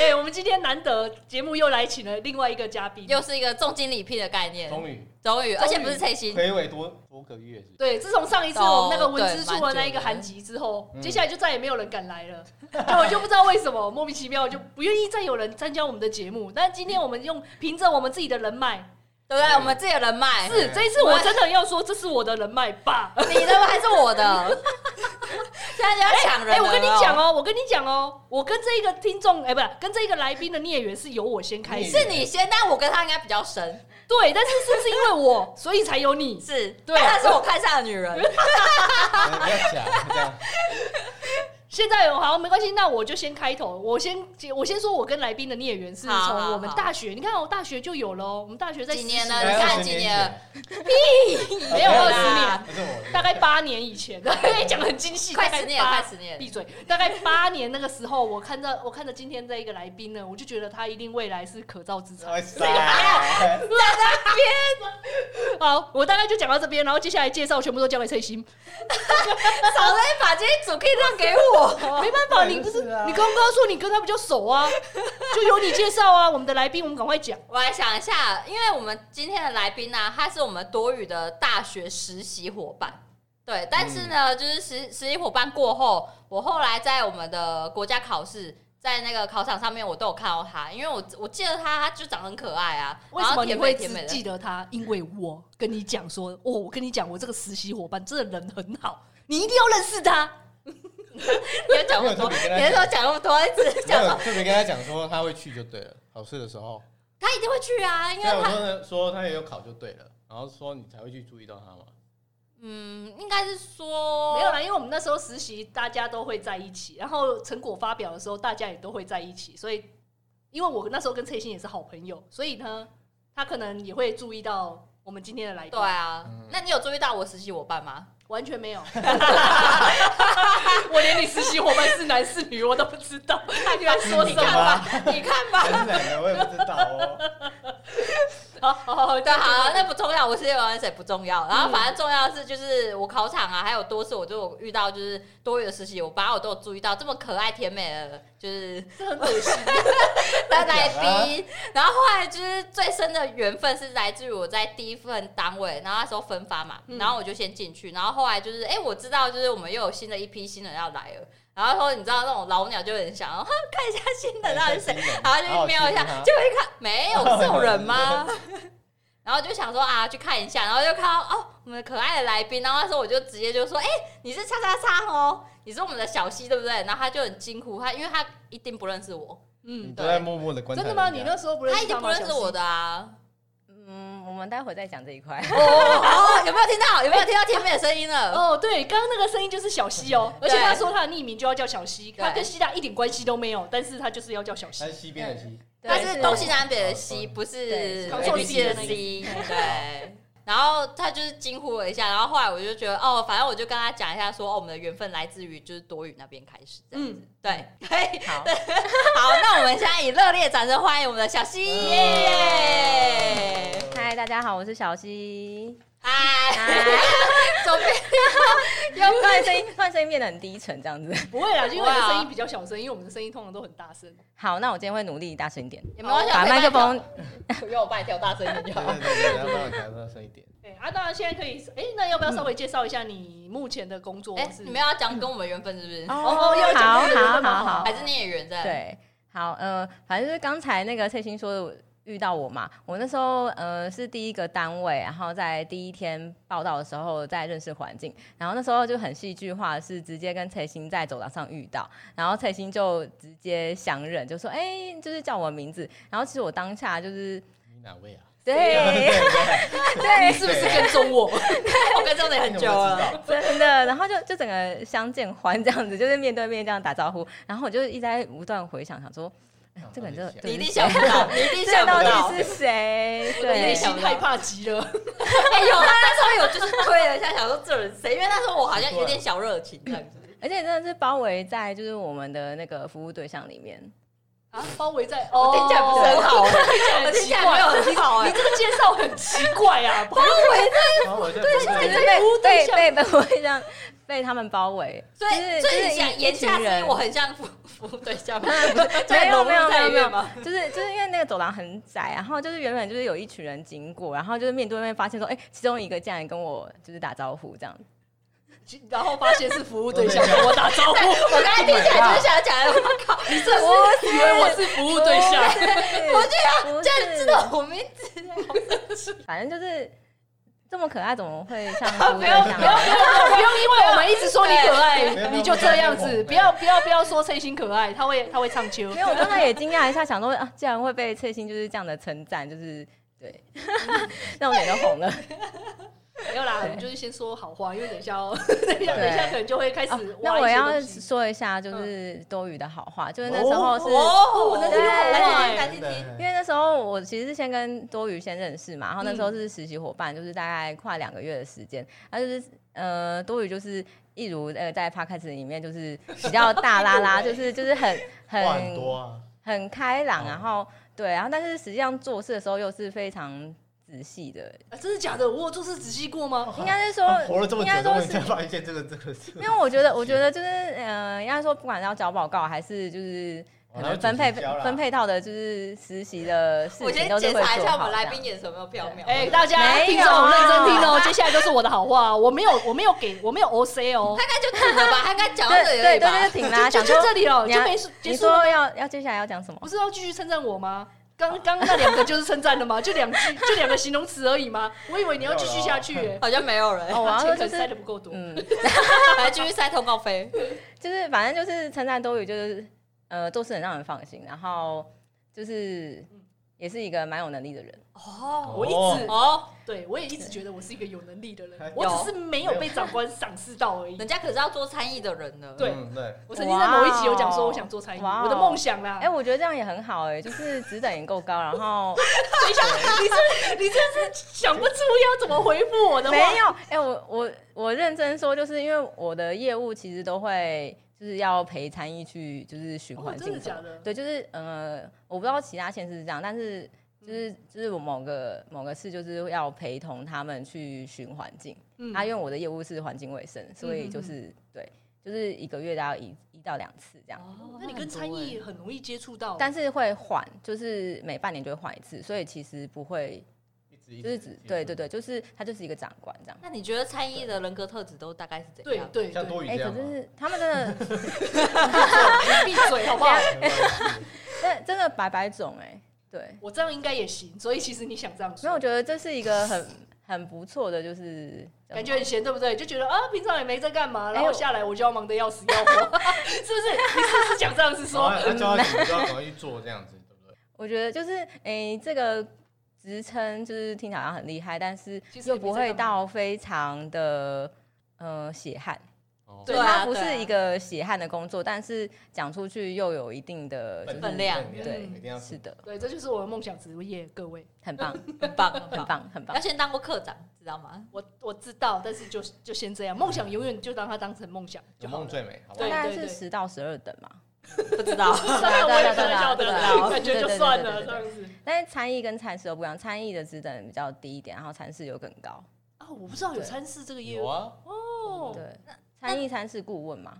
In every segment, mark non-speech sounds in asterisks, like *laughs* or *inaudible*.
哎、我们今天难得节目又来请了另外一个嘉宾，又是一个重金礼聘的概念，终于，终于，而且不是蔡心，回尾多多个月是不是对，自从上一次嗯哦我们那个文之处的那一个韩集之后，接下来就再也没有人敢来了。嗯 *laughs* 就我就不知道为什么莫名其妙就不愿意再有人参加我们的节目。但今天我们用凭着我们自己的人脉，对不对？我们自己的人脉，是这一次我真的要说这是我的人脉 *laughs* 吧？你哎的吗还是我的？ *laughs* 现在就要抢哎、人了。我跟你讲，哦，我跟你讲哦，我跟这一个听众，哎、不是跟这一个来宾的孽缘是由我先开始，是你先，但我跟他应该比较深，对，但是是不是因为我，所以才有你？是，对但她是我看上的女 *laughs* 人，哎不要讲这样，现在有好没关系，那我就先开头，我先我先说，我跟来宾的孽缘是好好从好我们大学，你看我大学就有了哦，我们大学在几年实呢习你大概看20几年年前没有没有二啦十年，不是我，大概八年以 *laughs* 前，讲得很精细，快十 *laughs* 年，大概快八十年，闭嘴！大概八年那个时候，我看着我看着今天这一个来宾呢，我就觉得他一定未来是可造之材。哇塞， *laughs* 好，我大概就讲到这边，然后接下来介绍全部都交给蔡心。少了一把，今天主 K 让给我，没办法，你不是是啊你刚刚说你跟他比较熟啊，就由你介绍啊。我们的来宾，我们赶快讲。我来想一下，因为我们今天的来宾呢、他是我们多语的大学实习伙伴。对，但是呢，就是实实习伙伴过后，我后来在我们的国家考试，在那个考场上面，我都有看到他，因为我我记得他，他就长得很可爱啊，为什然么后你甜会美只甜美记的，得他？因为我跟你讲说，哦，我跟你讲，我这个实习伙伴真的人很好，你一定要认识他。你要讲那么 *laughs* 多，没有特别跟他你那时候讲那么多，一直没讲有说特别跟他讲说他会去就对了，考试的时候，他一定会去啊，因对为我他说呢说他也有考就对了，然后说你才会去注意到他嘛，嗯，应该是说 *laughs* 没有啦，因为我们那时候实习大家都会在一起，然后成果发表的时候大家也都会在一起，所以因为我那时候跟蔡欣也是好朋友，所以呢，他可能也会注意到我们今天的来宾。对，啊嗯，那你有注意到我实习伙伴吗？完全 *laughs* 没有，我连你实习伙伴是男是女我都不知 *laughs* 道，你在说什你看么？吧，你看吧。真的假的我也不知道哦，好好好，对，好，那那不重要，我是有人谁不重要。然后反正重要的是，就是我考场啊，还有多次我就有遇到就是多余的实习，我把我都有注意到这么可爱甜美的， *laughs* 就是这很恶心。大来逼。然后后来就是最深的缘分是来自于我在第一份单位，然后那时候分发嘛，嗯然后我就先进去，然后后来就是哎、我知道就是我们又有新的一批新人要来了。然后说你知道那种老鸟就很想，哈哦看一下新的到底是谁，然后就去瞄一下，结果一看没有这种人吗？ *laughs* 然后就想说啊，去看一下，然后就看到哦，我们可爱的来宾，然后那时候我就直接就说，哎、你是叉叉叉哦，你是我们的小西对不对？然后他就很惊呼，他因为他一定不认识我，你嗯，都在默默的观察真人的家，吗？你那时候不认识他一定吗不认识我小的啊。嗯，我们待会再讲这一块。哦 *laughs* 哦，有没有听到？有没有听到甜美的声音了？哦，对，刚刚那个声音就是小西哦，而 *laughs* 对且他说他的匿名就要叫小西，对哎他跟西大一点关系都没有，但是他就是要叫小西他。是西边的西，它对是东西南北的西，不是对 A B C 的 C。对。然后他就是惊呼了一下，然后后来我就觉得哦，反正我就跟他讲一下说，哦，我们的缘分来自于就是多雨那边开始这样子。对，对，好，好，那我们现在以热烈的掌声欢迎我们的小西耶！嗨，大家好，我是小溪。嗨，嗨，左边又突然声音，突然声音变得很低沉，这样子。不会啦，因为我不的会啊声音比较小声，因为我们的声音通常都很大哦声。好，那我今天会努力大声一点，有没有把麦克风，不要我帮你调大声一点就对好。对对，然后帮我调大声一点，对啊，当然现在可以。哎，那要不要稍微介绍一下你目前的工作哎，是？你们要讲跟我们缘分是不是？哦哦要讲好这个好吗好好还，是孽缘在？对，好，呃，反正就是刚才那个翠心说的。遇到我嘛，我那时候呃是第一个单位，然后在第一天报道的时候在认识环境，然后那时候就很戏剧化，是直接跟翠心在走廊上遇到，然后蔡欣就直接相认，就说：“哎、就是叫我名字。”然后其实我当下就是你哪位啊？对啊对是不是跟踪我？ *laughs* 我跟钟点很久了。 *laughs* 真的，然后就就整个相见欢这样子，就是面对面这样打招呼。然后我就一直在不断回想，想说这个人就你一定想不到，你一定这个想不到到。底是 *laughs* 谁？内对想心不到害怕 *laughs* 极了。哎、有他那时候有就是推了一下，想说这人谁？因为那时候我好像有点小热情这样子。而且真的是包围在就是我们的那个服务对象里面。啊，包围在我哦，听起来不是很好，听起来我很听起奇来没有怪，啊很好你哎。这个介绍很奇怪 *laughs* 啊，包然后我在对就是这个服务对被象被被包围这样被他们包 *laughs* 围，所以，就是所以就是你想一言下一群之意，人我很像服服务对象吗？没有没有没有没有吗？就是就是因为那个走廊很窄，然后就是原本就是有一群人经过，然后就是面对面发现说，哎、其中一个竟然跟我就是打招呼这样，然后发现是服务对象跟我打招呼， *laughs* 我刚才听起来就是想讲，我靠，你这不以为我是服务对象，我就要这知道我名字，反正就是这么可爱，怎么会像服务不对要不要 *laughs* 象不要呢？不要，因为我们一直说你可爱，对你就这样子，不要不要不要说翠心可爱，他会他会唱秋没。有，我刚才也惊讶一下，想说啊，竟然会被翠心就是这样的称赞，就是 *laughs* 对，让我脸都红了。没有啦，我们就是先说好话，因为等一下哦，等一下等一下可能就会开始哦挖那我一些要东西嗯说一下，就是多余的好话，就是那时候是。哦那这个好坏来听听来听听，因为那时候我其实是先跟多余先认识嘛，然后那嗯时候是实习伙伴，就是大概快两个月的时间。他就是呃，多余就是一如呃在 podcast 里面就是比较大拉拉， *laughs* 一如就欸是就是很话很很多啊，很开朗，哦然后对，然后但是实际上做事的时候又是非常仔细的，啊真的假的？我有做事仔细过吗？应该是他活说。了这么应该久，说终于是才发现这个这个是因为我觉得，我觉得就是，呃，应该说，不管是要交报告还是就是哦可能分配分。配到的，就是实习的事我情先都是检会查一做下我好们来这样宾眼神有没有缥缈。哎、大家没听有众啊认真听哦，接下来都是我的好话、哦，我没有，我没有给，我没有 O C 哦，他刚就停了吧，他刚讲到对这里而对已对，就是吧。挺拉，就想就说这里了，你就啊没事结你束了说吗。要要接下来要讲什么 *laughs* 不？是要继续称赞我吗？刚刚那两个就是称赞的吗？就两句，就两个形容词而已吗？我以为你要继续下去、耶好像没有人， *laughs* *laughs* 哦，我要钱说可就能塞的是，不够多。嗯，来继续塞通告费。就是反正就是称赞多余，就是呃做事很让人放心，然后就是也是一个蛮有能力的人。哦我一直，哦，对我也一直觉得我是一个有能力的有人，我只是没有被长官赏识 *laughs* 到而已。人家可是要做参议的人呢。对嗯对，我曾经在某一集有讲说我想做餐饮，哇哦我的梦想啊啦。哎、我觉得这样也很好哎、就是职等也够高，然后等一下，你是你这是想不出要怎么回复我的话？没有哎、我我我认真说，就是因为我的业务其实都会就是要陪参议去就是循哦，环真的进假程。的？对，就是呃，我不知道其他县市是这样，但是就是就是我某个某个市就是要陪同他们去巡环境。嗯啊，因为我的业务是环境卫生，所以就是、对，就是一个月大概一一到两次这样。哦那你跟欸参议很容易接触到，但是会换，就是每半年就会换一次，所以其实不会，一直一就直是只对对，对，就是他就是一个长官这样。那你觉得参议的人格特质都大概是怎对样？对像对，多余哎、这样可吗，是他们真的闭嘴好不好？没关系真真的百百种哎、对，我这样应该也行，所以其实你想这样所以我说，觉得这是一个很很不错的，就是感觉很闲，对不对？就觉得啊，平常也没在干嘛，然哎后我下来我就要忙得要死要活， *laughs* 是不是？你是不是想这样子然后说？他教他怎么就要赶快去做这样子，对不对？我觉得就是诶、这个职称就是听起来好像很厉害，但是其实又也没不会到非常的呃血汗。哦对就啊它不对啊是一个血汗的工作，但是讲出去又有一定的就是分量对一定要，是的，对，这就是我的梦想职业，各位。很 *laughs* 棒， *laughs* 很棒，很很棒。棒，很棒要。先当过科长，知道吗？ *laughs* 我我知道，但是就就先这样，梦想永远就当它当成梦想就有好梦了。最美，好不大好？概对对是对十到十二等嘛，不知道。当然我也可能晓对得，啊对啊对啊感觉就算了这样子。但是参议跟参事又不一样，参议的职等比较低一点，然后参事又更高。啊，我不知道有参事这个业有务啊，哦。对，参议参事顾问嘛，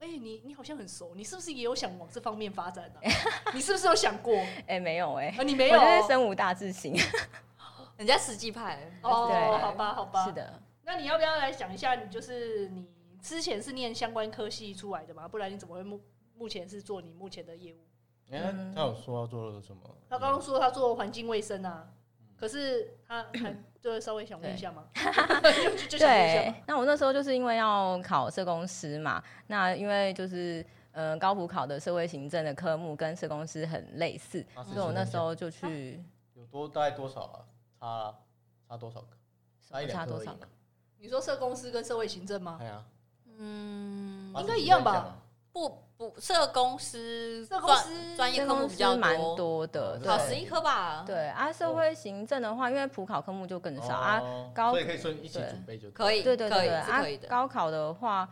哎，你你好像很熟，你是不是也有想往这方面发展呢？你是不是有想过？哎，没有哎，啊，你我没有就是哦。身无大志型，人家实际派哦，对好吧，好吧是。的。那你要不要来讲一下？你就是你之前是念相关科系出来的嘛？不然你怎么会目目前是做你目前的业务？你看他有说要做什么？他刚刚说他做环境卫生啊，可是他还就是稍微想问一下嘛，就就就想问一下对嘛。，那我那时候就是因为要考社工师嘛，那因为就是呃高普考的社会行政的科目跟社工师很类似，啊是所以我那是时候就去、有多大概多少啊？差差多少个？差一两差个多而已少嘛？你说社工师跟社会行政吗？哎呀，嗯，八十应该几一样个吧这嘛？不不，社公司社工专师专业社科目工比师较蛮多，多的，对考对十一科吧。，对啊，社会行政的话，因为普考科目就更少、啊，哦高所以可以顺一起准备就可以，对对对可以对是啊可以，的。高考的话。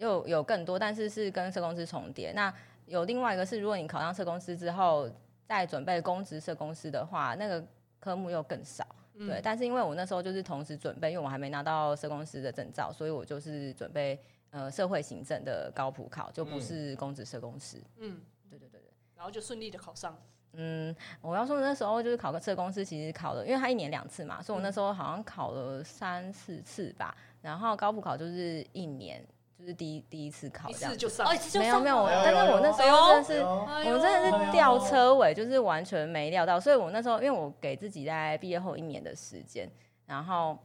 又有更多，但是是跟社工师重叠。那有另外一个是，如果你考上社工师之后，再准备公职社工师的话，那个科目又更少。嗯对，但是因为我那时候就是同时准备，因为我还没拿到社工师的证照，所以我就是准备呃社会行政的高普考，就不嗯是公职社工师。嗯，对对对对。然后就顺利的考上，嗯，我要说那时候就是考个社公司，其实考了，因为他一年两次嘛，所以嗯我那时候好像考了三四次吧。然后高普考就是一年，就是第一第一次考一这样次。就上哦，。其实没有没有，我哎呦但是我那时候真的是，有哎呦我真的是啊吊车尾，就是完全没料到。所以我那时候，因为我给自己在毕业后一年的时间，然后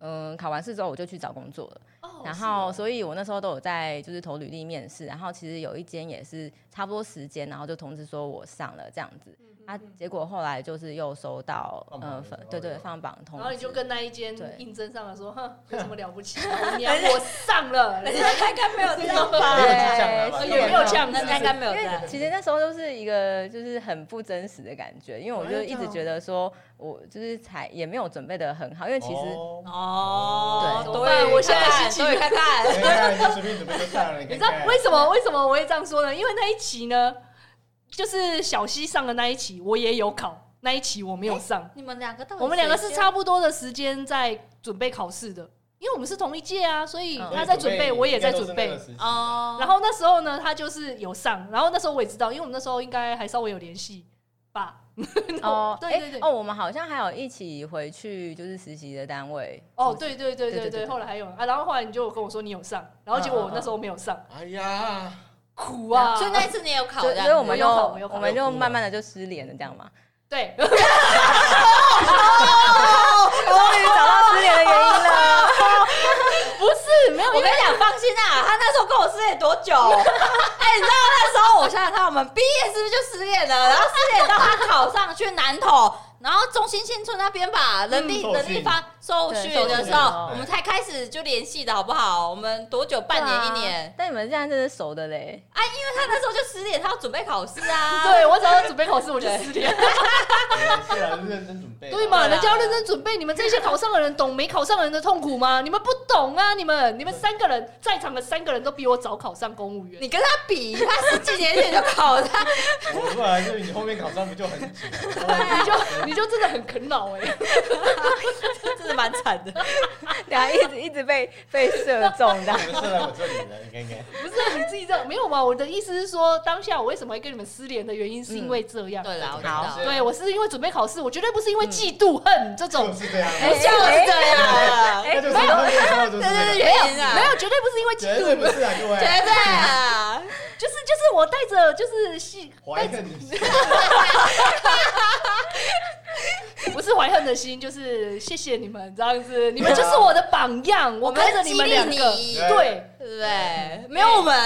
嗯，考完试之后我就去找工作了。哦然后，是哦所以我那时候都有在就是投履历面试，然后其实有一间也是差不多时间，然后就通知说我上了这样嗯子。啊，结果后来就是又收到放榜呃的时粉候，对对，有放榜通然后你知就。跟那一间对应征上了，说哼，有什么了 *laughs* 不起？老娘我上了，人家大概没有这样吧？没有这样啊对没哎有没有这样那子大概没有因这样为。嗯其实那时候就是一个就是很不真实的感觉，因哦为我就一直觉得说我就是才也没有准备的很好，因为其实哦哦，对多怎么办余我现在看看心情多余看你 *laughs* 看，看你随便准备就上了，你你看知道看为什么为什么我会这样说呢？因为那一期呢，就是小西上的那一期，我也有考，那一期我没有上。你们两个到底我们两个是谁先差不多的时间在准备考试的，因为我们是同一届啊，所以嗯他在准备，我也在准备。。哦，哦，然后那时候呢，他就是有上，然后那时候我也知道，因为我们那时候应该还稍微有联系吧。 *laughs* 哦，对诶对对哦，我们好像还有一起回去就是实习的单位哦，，对对对对对对对对，后来还有啊，然后后来你就有跟我说你有上，然后结果嗯嗯我那时候没有上，哎呀，苦啊！嗯所以那一次你也有考所以这样所以子，我们就有考我有考我们有就考慢慢的就失联了，这样嘛。对， *laughs* 终于找到失联的原因了。不是没有，我跟你讲，放心啊，他那时候跟我失恋多久？哎，你知道那时候我想想看，我们毕业是不是就失恋了？然后失恋到他考上去南投，然后中心新村那边吧，人力嗯人力发受训对的受时训候，我们才开始就联系的好不好？我们多久？半年一年？但你们现在真的熟的嘞，因为他那时候就失恋，他要准备考试啊。对我只要准备考试我就失联，是啊，认真准备。对嘛？对啊人家要认真准备，你们这些考上的人懂没考上的人的痛苦吗？你们不懂啊！你们你们三个人在场的三个人都比我早考上公务员，你跟他比，他十几年前就考上，我本来就你后面考上不就很紧？ *laughs* 啊你就你就真的很啃老哎、真的蛮惨的。然后一直一直被被射中 *laughs* 的。你们是来我这里的，你看看。不是你自己这样没有嘛？我的意思是说，当下我为什么会跟你们失联的原因是因为这样。对啦，我知好道。对，我是因为准备考试，我绝对不是因为嫉妒恨这种就，是这样，啊哎像我是这样的，那就是后面之后就是这对对对，样，原因啊，没有，绝对不是因为 *laughs* 绝嫉对妒不，是啊，各位，绝对啊，就是就是我带着就是心，怀恨你心，不是怀恨的心，就是谢谢你们这样子，你们就是我的榜样，我跟着激你励们两个，你，对对。对不对？没有我们，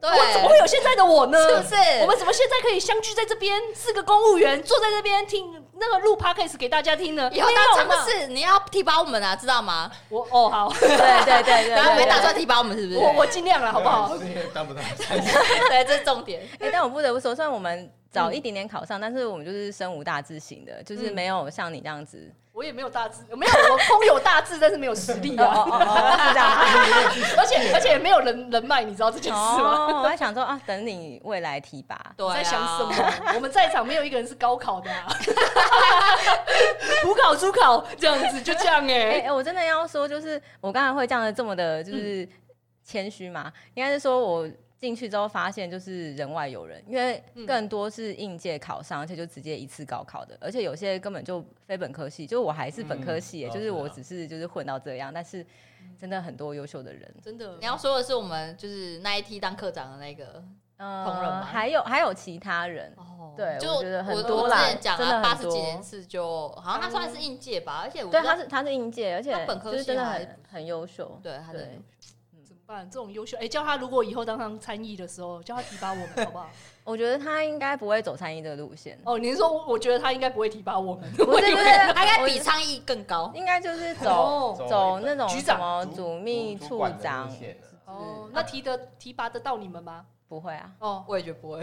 对，我怎么会有现在的我呢？是不是我们怎么现在可以相聚在这边？四个公务员坐在这边听那个录 podcast 给大家听呢？以后没当有嘛尝试，你要提拔我们啊，知道吗？我哦好，对对对对然后没打算。算提拔我们，是不是？我我尽量了，好 *laughs* 不好？事业当不到，对，这是重点。哎，但我不得不说，虽然我们早一点点考上，但是我们就是身无大志型的，就是没有像你这样子。我也没有大志，没有我空有大志，但是没有实力啊，哦，是这样吗。而且而且也没有人人脉，你知道这件事吗？ *laughs* 哦，我还想说啊，等你未来提拔。哦对，啊你在想什？么？我们在场没有一个人是高考的、啊， *laughs* 补考、初考这样子，就这样哎、哎、哎，我真的要说，就是我刚才会这样的这么的，嗯就是谦虚嘛，应该是说我进去之后发现，就是人外有人，因为嗯更多是应届考上，而且就直接一次高考的，而且有些根本就非本科系，就我还是本科系耶、嗯就是哦我是啊只是就是混到这样，但是真的很多优秀的人，真的你要说的是我们就是那一梯当科长的那个呃同人吗还有还有其他人，哦对就我觉得很我多我啦之前讲真的很啊，八十几多年次就好像他算是应届吧，而且我对，不知道他是他是应届，而且他本科就是系真的还很很优秀，对他的对怎么办？这种优秀哎、叫他如果以后当上参议的时候，叫他提拔我们好不好？我觉得他应该不会走参议这个路线。哦，您说我我觉得他应该不会提拔我们，不是不是，他应该我比昌邑更高。应该就是走哦走那种局什长么主秘处长， *laughs* 哦，那提得提拔得到你们吗？不会啊，哦，我也觉得不会，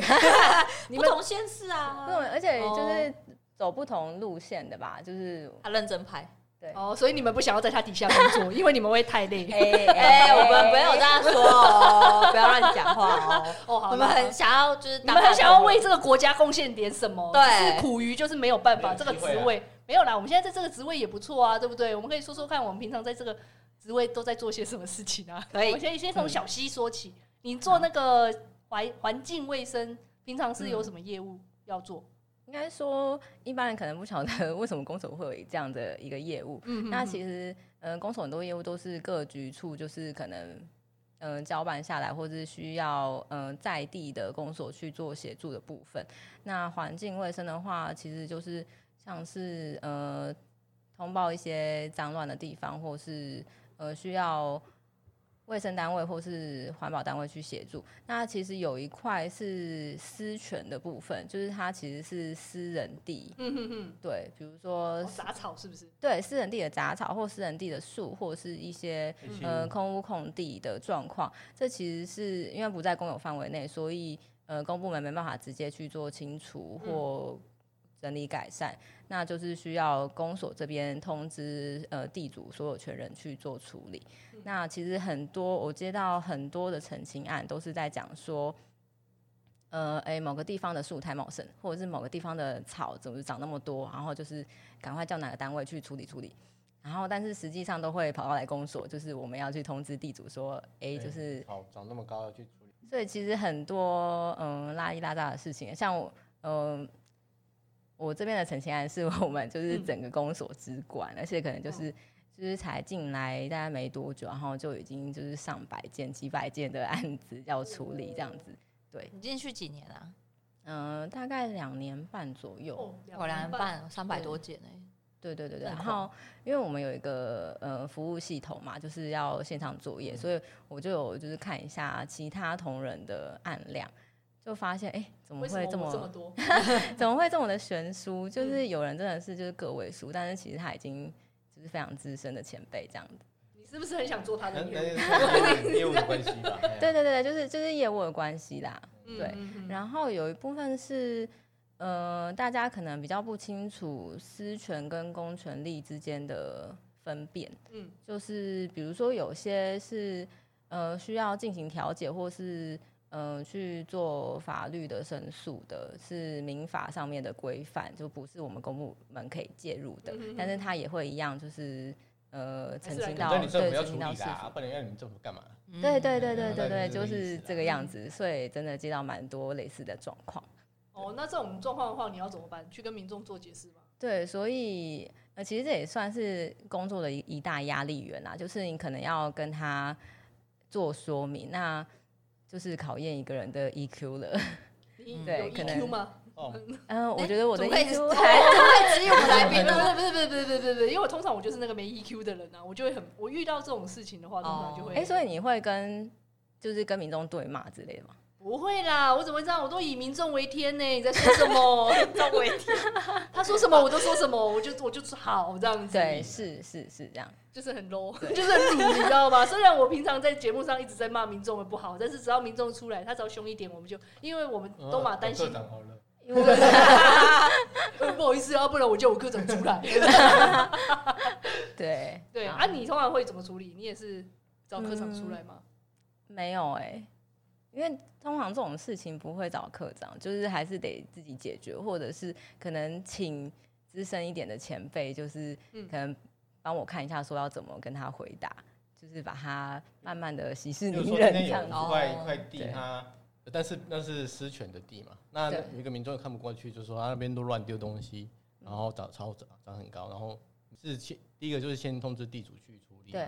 你不们同县市不啊，哦同，而且就是走不同路线的吧，就是他认真拍，对哦，所以你们不想要在他底下工作，因为你们会太累。哎哎、我们没有这样说哦，不要乱讲话哦。哦，好，我们那很想要，就是你当们很想要大头为这个国家贡献点什么，对只是苦于就是没有办法，没有这个机会啊职位没有啦。我们现在在这个职位也不错啊，对不对？我们可以说说看，我们平常在这个职位都在做些什么事情啊？可以我先先从小溪说起，你做那个环环境卫生，平常是有什么业务要做？应该说，一般人可能不晓得 *laughs* 为什么公所会有这样的一个业务。嗯那其实，嗯、呃，公所很多业务都是各局处，就是可能，嗯、交办下来，或是需要，嗯、在地的公所去做协助的部分。那环境卫生的话，其实就是像是，呃，通报一些脏乱的地方，或是，呃，需要卫生单位或是环保单位去协助。那其实有一块是私权的部分，就是它其实是私人地，嗯哼哼对，比如说哦，杂草是不是？对私人地的杂草或私人地的树，或是一些废弃物呃空屋空地的状况，这其实是因为不在公有范围内，所以呃公部门没办法直接去做清除或整理改善，那就是需要公所这边通知呃地主所有权人去做处理。那其实很多我接到很多的澄清案都是在讲说。呃，哎，某个地方的树太茂盛，或者是某个地方的草怎么长那么多，然后就是赶快叫哪个单位去处理处理。然后，但是实际上都会跑到来公所，就是我们要去通知地主说，哎，就是，好长那么高要去处理，所以其实很多嗯拉里拉杂的事情，像我嗯、我这边的陈清安是我们就是嗯哦整个公所之管，而且可能就是就是才进来大概没多久，然后就已经就是上百件、几百件的案子要处理这样子，你进去几年啊？嗯、大概两年半左右。哦，我两年半，三百对多件哎、对对对对，那然很后因为我们有一个呃服务系统嘛，就是要现场作嗯业，所以我就有就是看一下其他同仁的案量，就发现哎、诶怎么为什么会我这么这么多？怎么会这么的悬殊？就是有人真的是就是个位数，但是其实他已经就是非常资深的前辈这样子。你是不是很想做他可的能业务？可能业务的关系 *laughs* 吧。哎呀对对对对，就是就是业务的关系啦。嗯对嗯嗯然后有一部分是，呃，大家可能比较不清楚私权跟公权力之间的分辨。嗯，就是比如说有些是呃需要进行调解，或是呃去做法律的申诉的，是民法上面的规范，就不是我们公部门可以介入的。嗯哼哼但是它也会一样，就是呃澄是来清跟到那你政对府要澄处清到理市啦府，。不能让你政府干嘛？嗯对对对嗯对对大概对，就是这个意思就是啦这个样子，所以真的接到蛮多类似的状况。哦，那这种状况的话，你要怎么办？去跟民众做解释吗？对，所以呃，其实这也算是工作的一一大压力源啦，就是你可能要跟他做说明，那就是考验一个人的 EQ 了。 *laughs* 你嗯有对可能 EQ 吗？哦，嗯、我觉得我的怎么会 EQ 怎么还会只有我们来不是宾呢？不是不是不是不是不是不是，因为我通常我就是那个没 EQ 的人啊，我就会很我遇到这种事情的话，通常就会哎、所以你会跟就是跟民众对骂之类的吗？不会啦，我怎么会这样？我都以民众为天呢、你在说什 *laughs* 么？民众为天，他说什么我都说什么，我就我就说好这样子，对，是是是这样。就是很 low，就是 *laughs* 很鲁，你知道吗？虽然我平常在节目上一直在骂民众的不好，但是只要民众出来，他只要凶一点，我们就因为我们都嘛担心哦嗯长好了，因为我呃，不好意思啊，不然我叫我科长出来。对对好啊，你通常会怎么处理？你也是找科长出来吗？没有哎、因为通常这种事情不会找科长，就是还是得自己解决，或者是可能请资深一点的前辈，就是嗯可能帮我看一下，说要怎么跟他回答，就是把他慢慢的息事比如宁说今人天这有一样子。哦块一块地对，它但是那是私权的地嘛，那对有一个民众看不过去，就说啊他那边都乱丢东西，然后长超长长很高，然后是先第一个就是先通知地主去处理嘛，对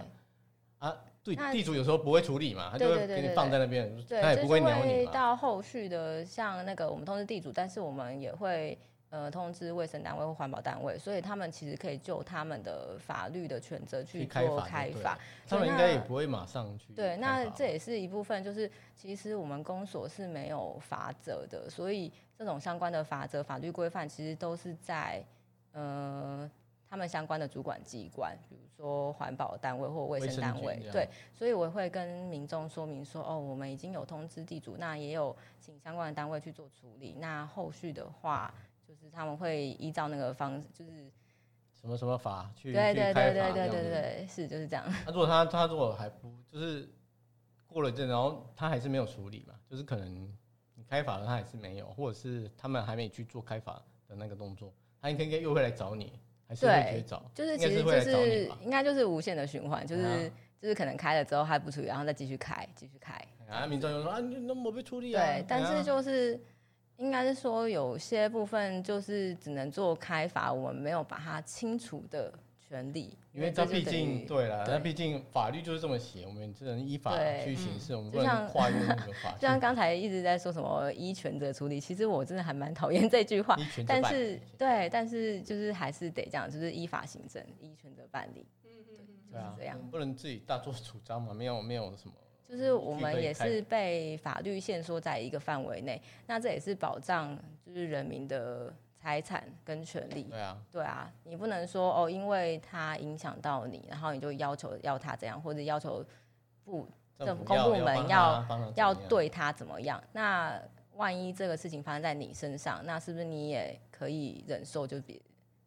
啊，对，那地主有时候不会处理嘛，他就会对对对给你对放在那边，对，他也不会就是鸟你嘛。到后续的，像那个我们通知地主，但是我们也会呃通知卫生单位或环保单位，所以他们其实可以就他们的法律的权责去去开做罚就开对罚了。他们对应该那也不会马上去开罚吧。对，那这也是一部分，就是其实我们公所是没有法则的，所以这种相关的法则、法律规范其实都是在呃他们相关的主管机关，比如说环保单位或卫卫生生单局位这。样对，所以我会跟民众说明说，哦，我们已经有通知地主，那也有请相关的单位去做处理。那后续的话，就是他们会依照那个方，就是什么什么法去对对去对开对法对这样对子对，是就是这样。那如果他他如果还不就是过了一阵，然后他还是没有处理嘛，就是可能你开法了，他还是没有，或者是他们还没去做开法的那个动作，他应该应该又会来找你，还是会去对找，就是应其该会实就来找你是吧？应该就是无限的循环，就是、对啊就是可能开了之后还不处理，然后再继续开，继续开。啊，民众就说啊，你那么被处理啊？对，但哎是呀就是应该是说有些部分就是只能做开发，我们没有把它清除的权利，因为这这就毕等竟于对了，那对毕竟法律就是这么写，我们只能依法对嗯去行事，我们就不能像跨越那个法律。就像刚才一直在说什么依权责处理，其实我真的还蛮讨厌 *laughs* 这句话，依权责但办是对，但是就是还是得这样，就是依法行政，依权责办理，嗯嗯嗯对就是啊这，样我。们不能自己大做主张嘛，没有没有什么。就是我可们以也开是被法律限缩在一个范围内，那这也是保障就是人民的财产跟权利。对啊，对啊，你不能说哦，因为它影响到你，然后你就要求要他怎样，或者要求不政政府府公要部要门帮要他帮他怎要么样对他怎么样。那万一这个事情发生在你身上，那是不是你也可以忍受就别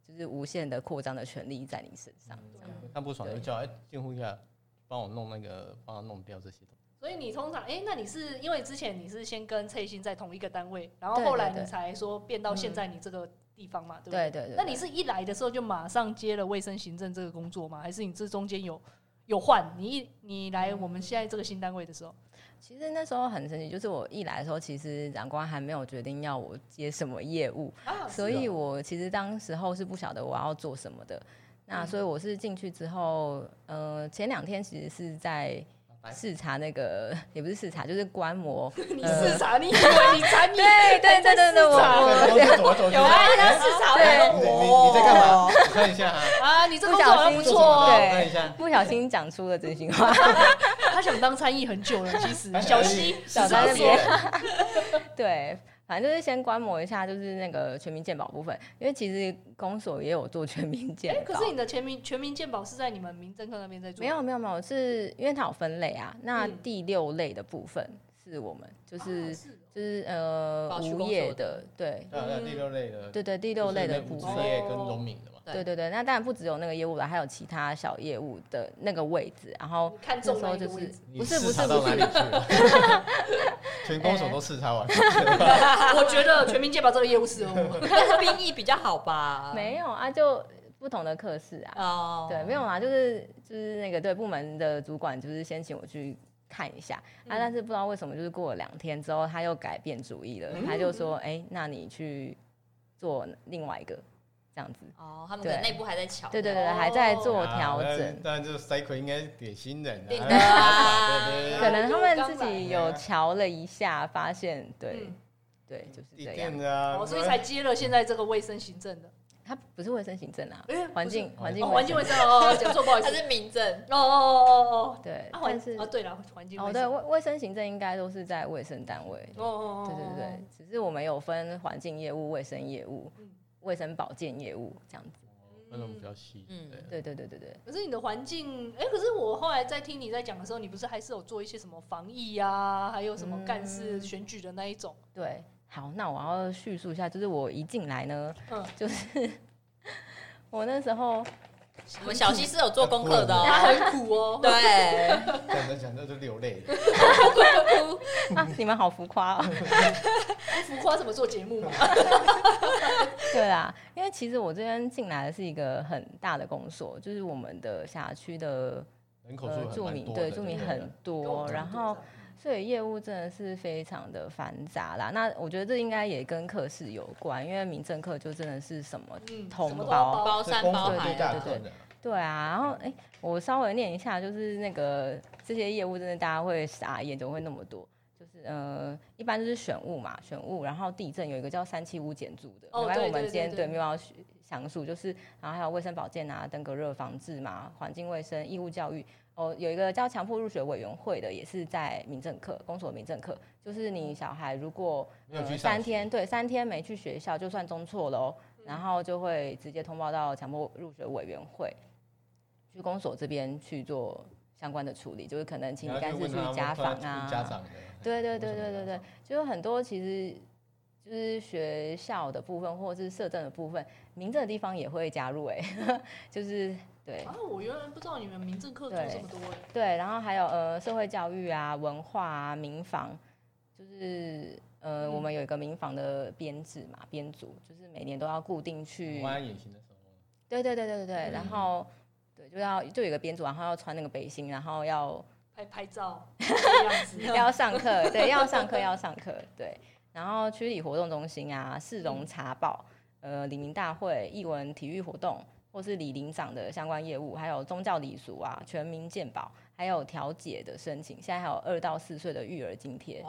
就是无限的扩张的权利在你身上？这样看不爽就对叫哎，进户一下，帮我弄那个，帮他弄掉这些东西。所以你通常，哎、那你是因为之前你是先跟蔡欣在同一个单位，然后对后来对你对才说变到现在你这个地方嘛，对不对对对。那你是一来的时候就马上接了卫生行政这个工作吗？还是你这中间有有换？你一你来我们现在这个新单位的时候，其实那时候很神奇，就是我一来的时候，其实长官还没有决定要我接什么业务， *laughs* 啊所以我其实当时候是不晓得我要做什么的。那所以嗯我是进去之后，呃，前两天其实是在拜拜视察那个，也不是视察，就是观 *laughs* 摩。你视察，你以呃为你参与？对对对 *laughs* 对对，对我我然啊后就走来走去有啊，人家市场对你你你在干嘛？我看一下啊，啊，你这工啊不作好我小心像不错哦。对看一下。不小心讲出了真心话。 *laughs* 他想当参议很久 *laughs* 了，其实哎小西小三市场那所边，对，反正就是先观摩一下，就是那个全民健保部分，因为其实公所也有做全民健哎保。，可是你的全民全民健保是在你们民政科那边在做？没有没有没有，是因为它有分类啊。那嗯第六类的部分是我们就啊，是、哦就是呃保区无公业所的的，对 *laughs* 对啊，对啊第六类的，对对，第就六是类的那部五分哦职。业跟农民的嘛。对对对，那当然不只有那个业务了，还有其他小业务的那个位置。然后你看那中时那候一就个位是置，你不是不视察是到不哪是里去 *laughs* 了？全攻手都视察完了，哎 *laughs* 我觉得全民健保这个业务是我。但是兵役比较好吧？ *laughs* 没有啊，就不同的课室啊。哦，对，没有啦，就是就是那个对部门的主管，就是先请我去看一下、嗯啊，但是不知道为什么，就是过了两天之后，他又改变主意了，嗯他就说，哎、那你去做另外一个这样子，哦，他们可能对内部还在瞧。对对哦对，还在做调啊整。那那这 cycle 应该给新人啊，定的啊对对对可能他们自刚来己有瞧了一下，发现对、嗯对就是地这样垫。的啊，哦，所以才接了现在这个卫生行政的他不是卫生行政啊 *laughs* 哎，环不是境环境哦，环境卫生生哦，哦讲错不好意思他，是民政，哦哦哦哦对哦，，啊但环是啊对了，环境哦卫对生卫卫生行政应该都是在卫生单位，哦哦对对对，，只是我们有分环境业务、卫生业务嗯、卫生保健业务这样子。那种比较细，嗯对嗯对对对对对，可是你的环境，哎、可是我后来在听你在讲的时候，你不是还是有做一些什么防疫啊，还有什么干事嗯选举的那一种？对。好，那我要叙述一下，就是我一进来呢，嗯就是 *laughs* 我那时候我们小西是有做功课的哦。，他很苦哦对，讲着讲着就流泪了。 *laughs* 啊，你们好浮夸哦。 *laughs* 浮夸怎么做节目嘛？对啦，因为其实我这边进来的是一个很大的公所，就是我们的辖区的人口呃数还住蛮民，多的，对住民对很多，然后所以业务真的是非常的繁杂啦。那我觉得这应该也跟课室有关，因为民政课就真的是什么嗯同什么都胞要包山公包所海最大啊的，对人啊，对啊，然后哎、诶我稍微念一下，就是那个这些业务真的大家会傻眼，怎么会那么多？就是呃，一般就是选物嘛，选物，然后地震有一个叫三七五减租的，哦反正对我们对今天对对对没有要去详述，就是然后还有卫生保健啊、登革热防治嘛、环境卫生、义务教育。哦，有一个叫强迫入学委员会的，也是在民政课，公所民政课，就是你小孩如果没有去上学呃三天，对，三天没去学校，就算中错喽，然后就会直接通报到强迫入学委员会，去公所这边去做相关的处理，就是可能请你然后干就事问去他家啊问他访问啊，家长的，对对对对对对，就有很多其实就是学校的部分或者是社政的部分，民政的地方也会加入、欸， *laughs* 哎，就是对啊，我原来不知道你们民政课做对这么多欸，对，然后还有呃社会教育啊、文化啊、民防，就是呃、我们有一个民防的编制嘛，编组，就是每年都要固定去我妈演习的时候，对对对对对对，然后对就要就有一个编组，然后要穿那个背心，然后要拍 *laughs* 拍照这样子，要上课，对，要上课要上课，对，然后区里活动中心啊、市容茶报、呃李明大会、艺文体育活动，或是李领长的相关业务，还有宗教礼俗啊、全民健保，还有调解的申请，现在还有二到四岁的育儿津贴，哦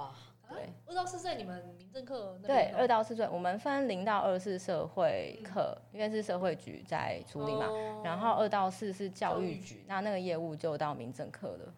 哇，对。不知道是在你们民政课那对，边二到四岁，我们分零到二是社会课，因为是社会局在处理嘛，哦然后二到四是教教育育局局，那那个业务就到民政课了。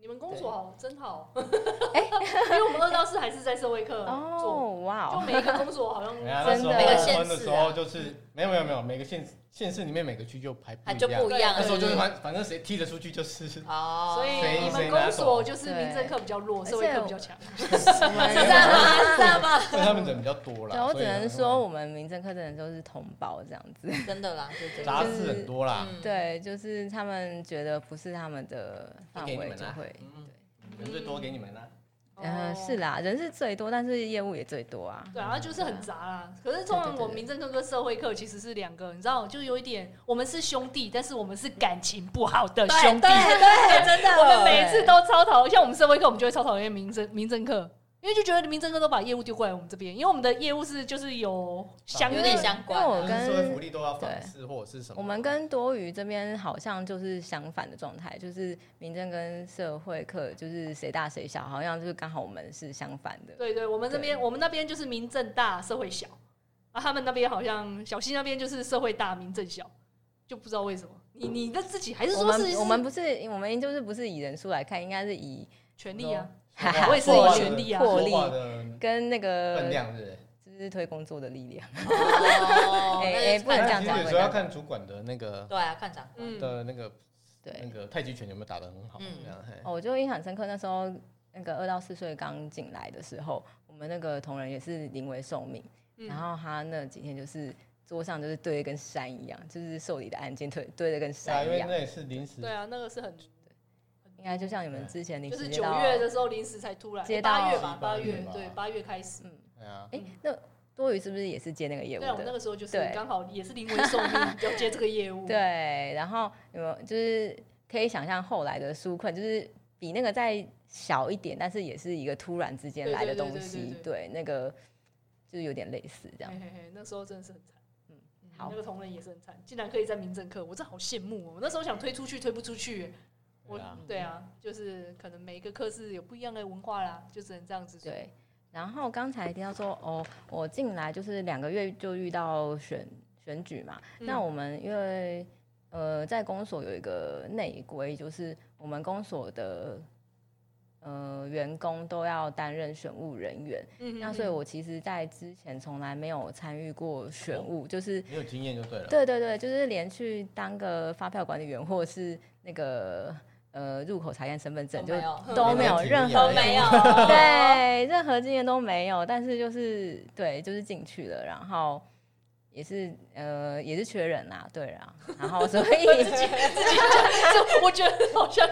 你们公所好真好， *laughs* 因为我们二到四还是在社会课做，哎哦，哇就哦，每一个公所 *laughs* 好像人哎家那时候真的结婚的时候就是没有没有没有，每个县县市里面每个区就排不它啊一就样不。一样那了。时候就是反反正谁踢得出去就是。 *laughs* 哦，所以谁你谁们拿公所走就是民政课比较弱，对社会课比较强。我们是这样吗？是这样吗？因为他们人比较多啦，对，我所只以能说我们民政课真的都是同胞这样子。嗯真的啦，就这杂样。事很多啦，嗯，对，就是他们觉得不是他们的范就给你围们就啦会，嗯人最多给你们啦。嗯，是啦，啦，人是最多，但是业务也最多啊。哦对啊，就是很杂啦。可是通常我们民政课跟社会课其实是两个，你知道，就有一点我们是兄弟，但是我们是感情不好的对兄弟。对对，真的，我们每次都超讨，像我们社会课，我们就会超讨厌民政民政课，因为就觉得民政课都把业务丢过来我们这边，因为我们的业务是就是有相有应点相因关为啊。我就是社会跟福利都要反思或者是什么？我们跟多余这边好像就是相反的状态，就是民政跟社会课就是谁大谁小，好像就是刚好我们是相反的。对对，我们这边我们那边就是民政大，社会小，啊，他们那边好像小溪那边就是社会大，民政小，就不知道为什么。你你的自己还是我说是们我们不是我们就是不是以人数来看，应该是以权利啊？说 *laughs* 我也是话有的权利啊说话的跟那分个量是不是。就是推工作的力量。哦，哎那哎就不能这样但讲其实有时候要看主管的那个对啊，看长官。嗯，的那个那对，个太极拳有没有打得很好，嗯这样。嘿哦，我就印象深刻，那时候那个二到四岁刚进来的时候，我们那个同仁也是临危受命，嗯然后他那几天就是桌上就是堆得跟山一样，就是受理的案件堆堆得跟对啊，山因一为样那。也是临时对啊，那个是很应该就像你们之前临就时是接九到，月的时候临时才突然，接哎八到月吧，八七月八月吧啊对八月开始。嗯，对啊，哎，那多余是不是也是接那个业务对啊，我们那的？个时候就是对刚好也是临危受 *laughs* 命要接这个业务。对，然后有没有就是可以想象后来的纾困，就是比那个再小一点，但是也是一个突然之间对来的对对东对对西，对对，那个就是有点类似这样。嘿嘿嘿，那时候真的是很惨。嗯，好那个同仁也是很惨，竟然可以在民政课，我真的好羡慕哦。我那时候想推出去，推不出去。我对啊对啊，就是可能每一个课是有不一样的文化啦，就只能这样子说。对，然后刚才听到说，哦，我进来就是两个月就遇到选选举嘛。嗯那我们因为呃，在公所有一个内规，就是我们公所的呃员工都要担任选务人员。嗯那所以我其实，在之前从来没有参与过选务，就是没有经验就对了。对对对，就是连去当个发票管理员，或是那个呃入口查验身份证，就没有啊都没有任何都没有， *laughs* 네.对，任何经验都没有，但是就是对，就是进去了，然后也是呃也是缺人啦，对啦，然后所以就 *laughs* 我觉得 *laughs* 好像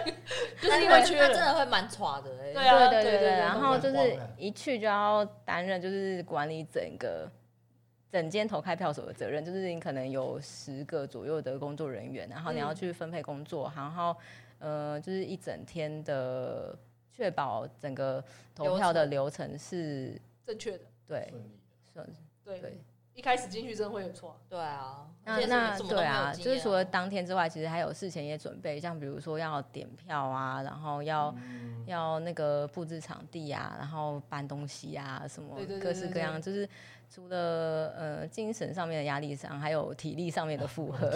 就是因为缺那真人，的会蛮垮的哎。对对啊对对对对，对然后就都很是慌哎一去就要担任就是管理整个整间投开票所的责任，就是你可能有十个左右的工作人员，然后你要嗯去分配工作，然后呃就是一整天的确保整个投流票的程流程是正确的对顺利顺对对。一开始进去真的会有错，对啊，而那且那什么都对没啊，有经就验是除了当天之外，其实还有事前也准备，像比如说要点票啊，然后要、要那个布置场地啊，然后搬东西啊，什么对对对各式各样，就是除了呃精神上面的压力上，还有体力上面的负 *laughs* 荷。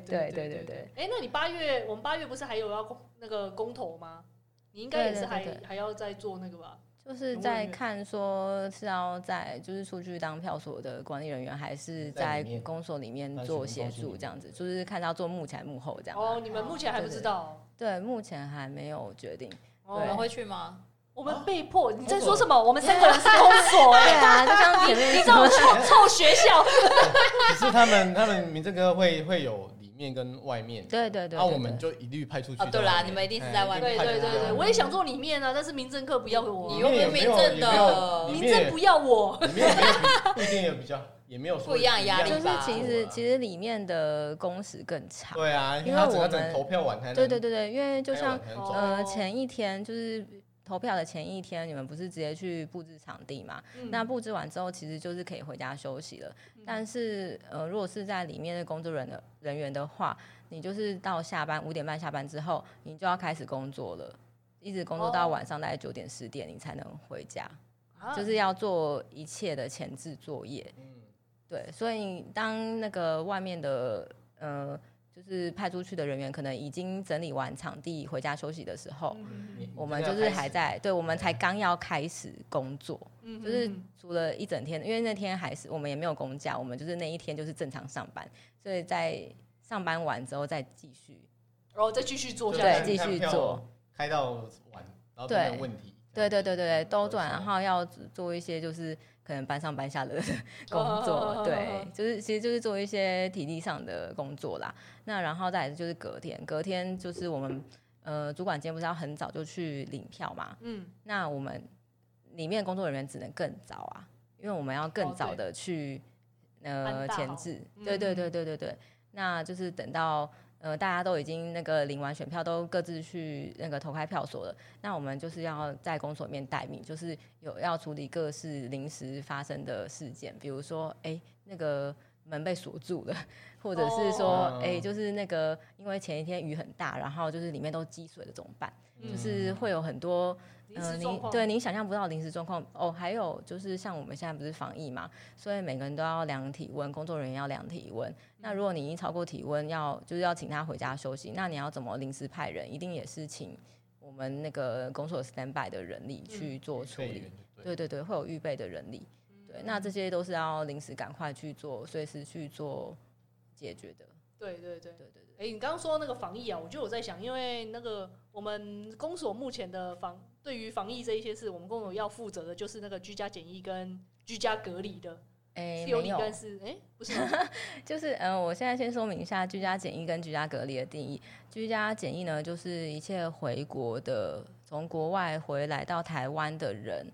对对对对对。哎，那你八月我们八月不是还有要公那个公投吗？你应该也是还对对对还要再做那个吧？就是在看说是要在就是出去当票所的管理人员，还是在在里面公所里面做协助这样子，就是看到做幕前幕后这样。哦，你们目前还不知道哦。对，目前还没有决定。哦对你们会去吗？我们被迫，你在说什么？我们三对个人是封锁对 *laughs* 哎，啊，就像前 *laughs* 面这种说，臭臭学校，只是他们他们民政科会会有里面跟外面，啊对对对，那我对们对就一律派出去在外哦面。对啦你们一定是在外哎面一对定派对出去对네. *laughs* 对，在外面我也想做里面啊，但是民政课不要我你里又啊，面也不是没有民政的也民没有政不要我，里面也没有呃比不一定有比较，也没有说不一样压力就的是吧其实其实实里面的工时更长。对啊，因因为他整我个整们投票完才能对对对对，因为就开像完才能走哦呃前一天就是投票的前一天，你们不是直接去布置场地嘛？嗯那布置完之后，其实就是可以回家休息了。但是呃，如果是在里面的工作人的人员的话，你就是到下班五点半下班之后，你就要开始工作了。一直工作到哦晚上大概九点十点，你才能回家，啊就是要做一切的前置作业。嗯对，所以当那个外面的呃，就是派出去的人员可能已经整理完场地回家休息的时候，你嗯你我们真就的要是开还始在，对我们才刚要开始工作，嗯就是嗯除了一整天，因为那天还是我们也没有公假，我们就是那一天就是正常上班，所以在上班完之后再继续，然后再继续做就下对看去，继看续票做开到晚，然后都没有对问题。对对对对嗯对，兜转，然哈。后要做一些就是可能班上班下的 *laughs* 工作，对，就是其实就是做一些体力上的工作啦。那然后再来就是隔天，隔天就是我们呃主管今天不是要很早就去领票嘛？嗯，那我们里面工作人员只能更早啊，因为我们要哦更早的去、按呃大前号置，嗯对对对对对对，那就是等到呃大家都已经那个领完选票，都各自去那个投开票所了，那我们就是要在公所里面待命，就是有要处理各式临时发生的事件，比如说哎、诶那个。门被锁住了，或者是说，哎、哦就是那个，因为前一天雨很大，然后就是里面都积水了，怎么办？嗯就呃是会有很多临嗯，时你状况，对您想象不到临时状况哦。还有就是像我们现在不是防疫嘛，所以每个人都要量体温，工作人员要量体温。那嗯如果你已经超过体温，要就是要请他回家休息，那你要怎么临时派人？一定也是请我们那个公所 stand by 的人嗯力去做处对理。对对对，会有预备的人力。对，那这些都是要临时赶快去做，随时去做解决的。对对对对对对，哎、你刚刚说那个防疫啊，我就有在想，因为那个我们公所目前的防对于防疫这一些事，我们公所要负责的就是那个居家检疫跟居家隔离的，哎、是有没你有。跟是哎、不是吗就是嗯、呃我现在先说明一下居家检疫跟居家隔离的定义。居家检疫呢，就是一切回国的从国外回来到台湾的人，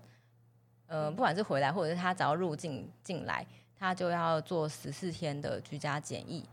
呃，不管是回来或者是他只要入境进来，他就要做十四天的居家检疫。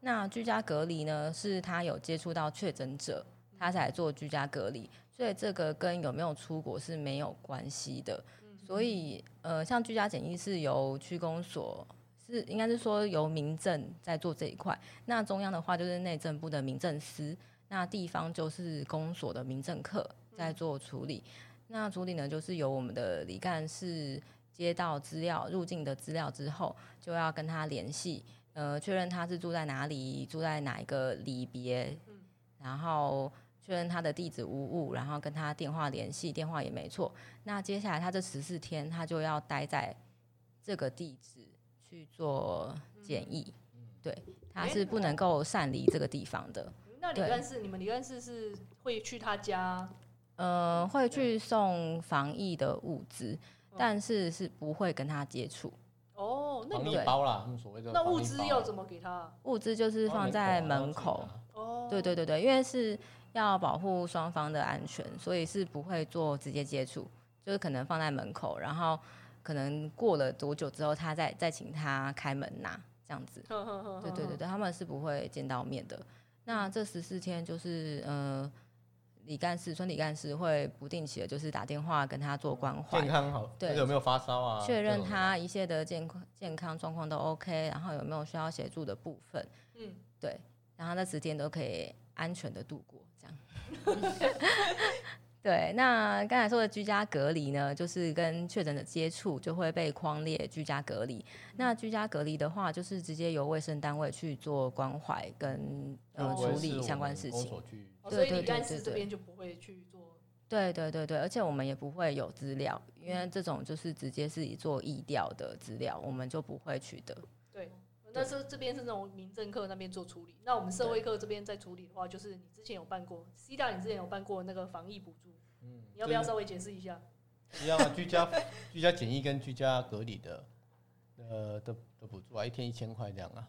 那居家隔离呢，是他有接触到确诊者，他才做居家隔离，所以这个跟有没有出国是没有关系的。所以，呃，像居家检疫是由区公所是应该是说由民政在做这一块，那中央的话就是内政部的民政司，那地方就是公所的民政课在做处理。那处理呢，就是由我们的李干事接到资料入境的资料之后，就要跟他联系，呃，确认他是住在哪里，住在哪一个里别，然后确认他的地址无误，然后跟他电话联系，电话也没错。那接下来他这十四天，他就要待在这个地址去做检疫，对，他诶是不能够擅离这个地方的。那李对干事，你们李干事是会去他家，呃，会去送防疫的物资，但是是不会跟他接触。哦，那防你疫对包啦，他们所谓的那防疫物资包要怎么给他？物资就是放在哦门啊放口啊，哦，对对对对，因为是要保护双方的安全，所以是不会做直接接触，就是可能放在门口，然后可能过了多久之后，他再再请他开门拿这样子。呵呵呵，对对对对，他们是不会见到面的。那这十四天就是呃，李干事、村李干事会不定期的，就是打电话跟他做关怀啊健，康好，对那个有没有发烧啊？确认这种的他一切的健康健康状况都 OK，然后有没有需要协助的部分，嗯，对，然后那十天都可以安全的度过，这样。 *laughs* 对，那刚才说的居家隔离呢，就是跟确诊者接触就会被框列居家隔离。那居家隔离的话，就是直接由卫生单位去做关怀跟呃会不处哦会是理我相关们事公情。所去哦，所对以对李干对事对这对边就不会去做，对对对对，而且我们也不会有资料，因为这种就是直接是以做意调的资料，我们就不会取得。对，那时候这边是那种民政课那边做处理，那我们社会课这边在处理的话，就是你之前有办过，C 大你之前有办过那个防疫补助，嗯，你要不要稍微解释一下？一样啊，居家居家检疫跟居家隔离的，呃的的补助啊，一天一千块这样啊。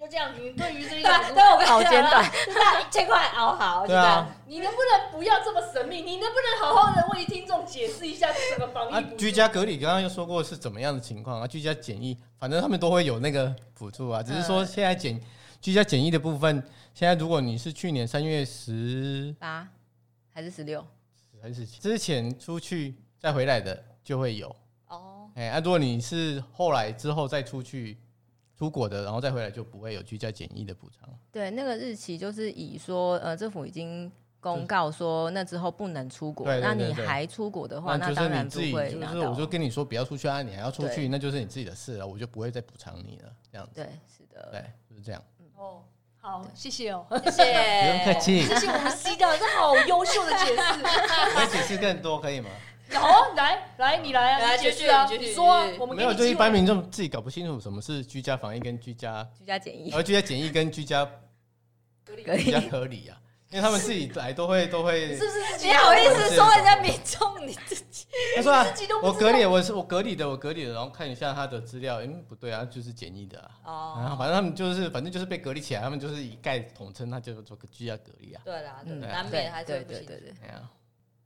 就这样，你对于这对一 *laughs* 种啊，对我跟好你简讲啊，短，就是啊一千块哦，好，对就这样。啊，你能不能不要这么神秘？你能不能好好的为听众解释一下这个防啊疫补，助？居家隔离刚刚又说过是怎么样的情况啊？居家检疫，反正他们都会有那个补助啊，只是嗯说现在检居家检疫的部分，现在如果你是去年三月十八还是十六？还是17之前出去再回来的就会有，哦，哎、啊，如果你是后来之后再出去出国的，然后再回来就不会有居家检疫的补偿。对，那个日期就是以说，呃，政府已经公告说那之后不能出国，对对那对你对还出国的话，那那就是当你然不自己，会就拿是到。我就跟你说不要出去啊，你还要出去，对那就是你自己的事了，我就不会再补偿你了，这样子。对，是的，对，就是这样。哦，好，谢谢哦，谢谢，不用客 *laughs* 气，谢谢我们 C 大，这好优秀的解释。可以解释更多可以吗？好，来来，你来啊，来你解释啊，继续你说啊继，续我们没给有，你就机一般会。啊民众自己搞不清楚什么是居家防疫跟居家，居家检疫而居家检疫跟居家可呃居以家。合理啊， *laughs* 因为他们自己来都会都会是。不是自己你好意思说人家民众你自己？他说啊自己都，不我知道隔离，我是我隔离的，我隔离的，然后看一下他的资料，嗯，不对啊，就是检疫的啊。然后哦，反正他们就是，反正就是被隔离起来，他们就是一概统称，那就做个居家隔离啊。对啦，对嗯难对免还是对会不对行。对对。哎呀，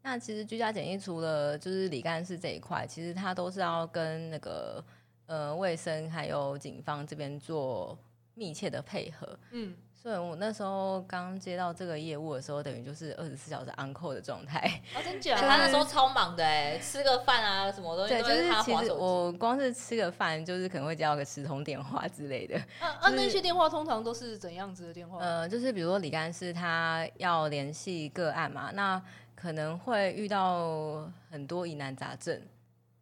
那其实居家检疫除了就是李干事这一块，其实它都是要跟那个呃卫生还有警方这边做密切的配合。嗯，所以我那时候刚接到这个业务的时候，等于就是二十四小时 on call 的状态。啊，真哎假？他那时候超忙的哎，吃个饭啊，什么东西对，都就是是他其划实手机。我光是吃个饭，就是可能会接到个十通电话之类的。啊啊，那些电话通常都是怎样子的电话？呃，就是比如说李干事他要联系个案嘛，那可能会遇到很多疑难杂症，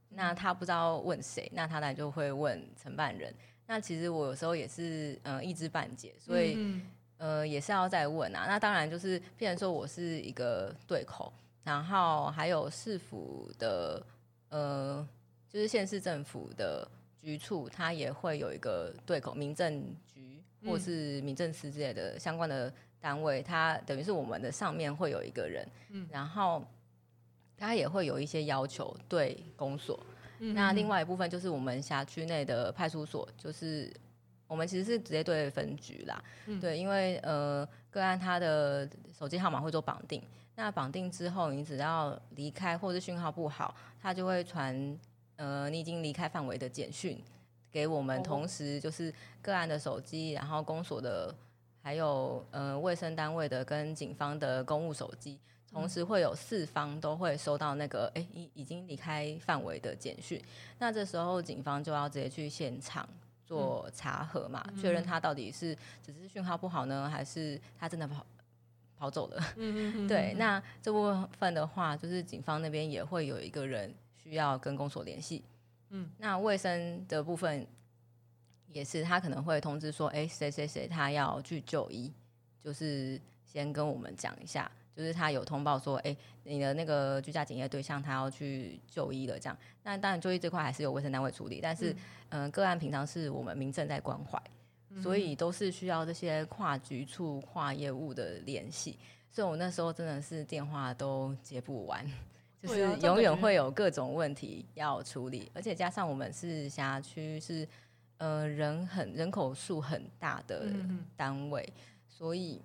那他不知道问谁，那他来就会问承办人。那其实我有时候也是呃一知半解，所以、嗯呃，也是要再问啊。那当然就是，变成说我是一个对口，然后还有市府的呃，就是县市政府的局处，它也会有一个对口，民政局或嗯是民政司之类的相关的单位，它等于是我们的上面会有一个人，嗯然后他也会有一些要求对公所，嗯那另外一部分就是我们辖区内的派出所，就是我们其实是直接对分局啦，嗯对，因为呃个案他的手机号码会做绑定，那绑定之后，你只要离开或是讯号不好，他就会传呃你已经离开范围的简讯给我们，哦同时就是个案的手机，然后公所的。还有呃，卫生单位的跟警方的公务手机，嗯同时会有四方都会收到那个哎，已、已经离开范围的简讯。那这时候警方就要直接去现场做查核嘛，嗯确认他到底是只是讯号不好呢，还是他真的跑跑走了？嗯嗯嗯对，嗯那这部分的话，就是警方那边也会有一个人需要跟公所联系。嗯，那卫生的部分也是，他可能会通知说，哎、谁谁谁他要去就医，就是先跟我们讲一下，就是他有通报说，哎、你的那个居家检疫的对象他要去就医了，这样。那当然就医这块还是由卫生单位处理，但是，嗯、个案平常是我们民政在关怀。嗯所以都是需要这些跨局处、跨业务的联系。所以我那时候真的是电话都接不完，就对啊是这样永远感觉会有各种问题要处理，而且加上我们是辖区，是呃人很人口数很大的嗯嗯单位，所以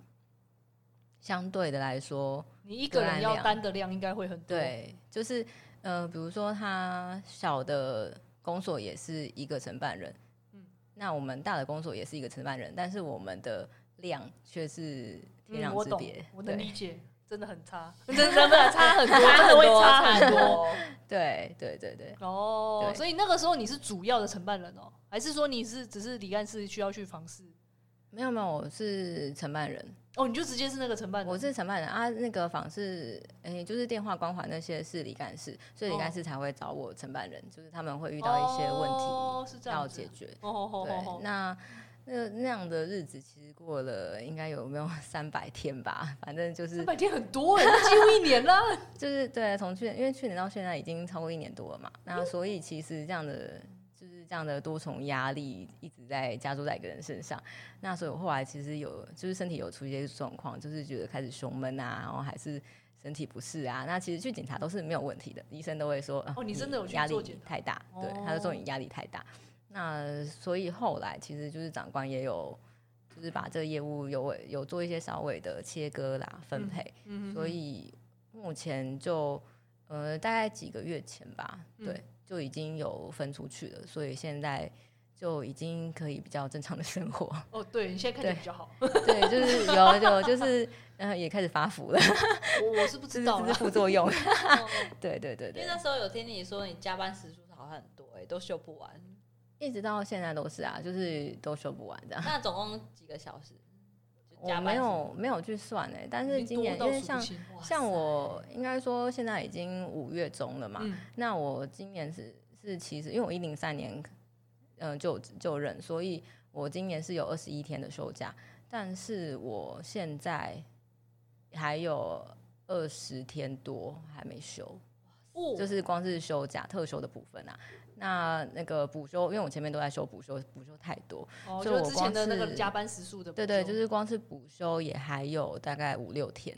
相对的来说，你一个人个案要量担的量应该会很多。，对，就是呃，比如说他小的公所也是一个承办人，嗯嗯，那我们大的公所也是一个承办人，但是我们的量却是天嗯，壤我之懂别，，我能理对解，真的很差，真的 *laughs* 真的差 *laughs* 很多，真的会差很很多多。 *laughs* 对对对对，哦，对所以那个时候你是主要的承办人哦，还是说你是只是李干事需要去访视？没有没有，我是承办人，哦，你就直接是那个承办人。我是承办人啊。那个访是，诶、就是电话关怀那些是李干事，所以李哦干事才会找我承办人，就是他们会遇到一些问题哦、是这要样子解。决。哦吼吼吼对吼，，那那那样的日子其实过了，应该有没有三百天吧？反正就三是百天很多哎，那几乎一年啦。就是对，从去年因为去年到现在已经超过一年多了嘛，那所以其实这样的就是这样的多重压力一直在加注在一个人身上。那所以我后来其实有就是身体有出一些状况，就是觉得开始胸闷啊，然后还是身体不适啊。那其实去检查都是没有问题的，医生都会说，啊哦你真的有去压做力检查太大，对，哦他就说你压力太大。那所以后来其实就是长官也有。就是把这个业务有有做一些稍微的切割啦、分配，嗯所以目前就呃大概几个月前吧，嗯对，就已经有分出去了，所以现在就已经可以比较正常的生活。 *laughs* 哦，对你现在看起来对比较好，对，就是有有就是呃也开始发福了，我我是不这知是道这是啦。副作用。 *laughs* 哦对对对因为对，那时候有听你说你加班时数好像很多、哎，都休不 *laughs* 完。一直到现在都是啊，就是都修不完这样。那总共几个小时？就我加班没时有没有去算哎、但是已经今年多因到为数不像清哇塞像我应该说现在已经五月中了嘛，嗯那我今年是是其实因为我一零三年，嗯、就就任，所以我今年是有二十一天的休假，但是我现在还有二十天多还没休，哦，就是光是休假特休的部分啊。那那个补休，因为我前面都在休补休，补休太多，哦，就我就之前的那光个是加班时数的补对救，对，就是光是补休也还有大概五六天，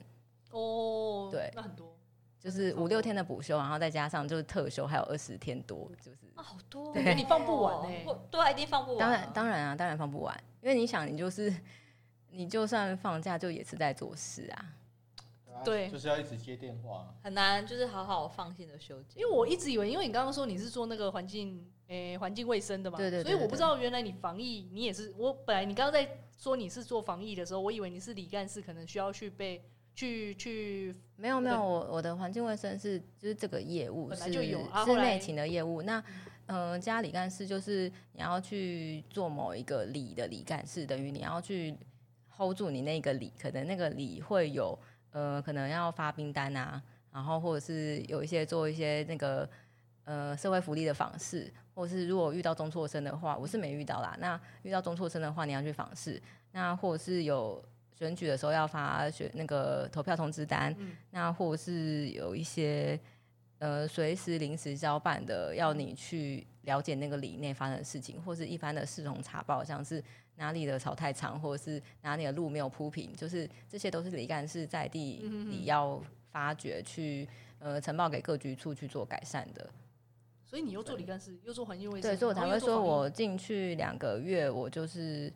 哦，对那很多就是五六天的补休，然后再加上就是特休，还有二十天多，就是啊，好多、对你放不完哎不 *laughs* 对啊，一定放不完、当然，当然啊，当然放不完，因为你想，你就是你就算放假，就也是在做事啊。对就是要一直接电话。很难，就是好好放心的休假。因为我一直以为，因为你刚刚说你是做那个环境，诶、环境卫生的嘛，对对对所以我对不对知道原来你防疫，你也是，我本来你刚刚在说你是做防疫的时候，我以为你是李干事，可能需要去被去去，没有没对有，我我的环境卫生是就是这个业务本来是就有啊是后来内勤的业务。那嗯、呃家里干事就是你要去做某一个里的里干事，等于你要去 hold 住你那个里，可能那个里会有呃，可能要发冰单啊，然后或者是有一些做一些那个呃社会福利的访视，或是如果遇到中辍生的话，我是没遇到啦。那遇到中辍生的话，你要去访视，那或者是有选举的时候要发选那个投票通知单，嗯那或者是有一些呃随时临时交办的，要你去了解那个里内发生的事情，或是一般的市容查报，像是哪里的草太长，或者是哪里的路没有铺平，就是这些都是里干事在地嗯哼哼里要发掘去。呃，呈报给各局处去做改善的，所以你又做李干事，又做环境卫生，对，所以我才然后会又哦做说，防疫我进去两个月，我就是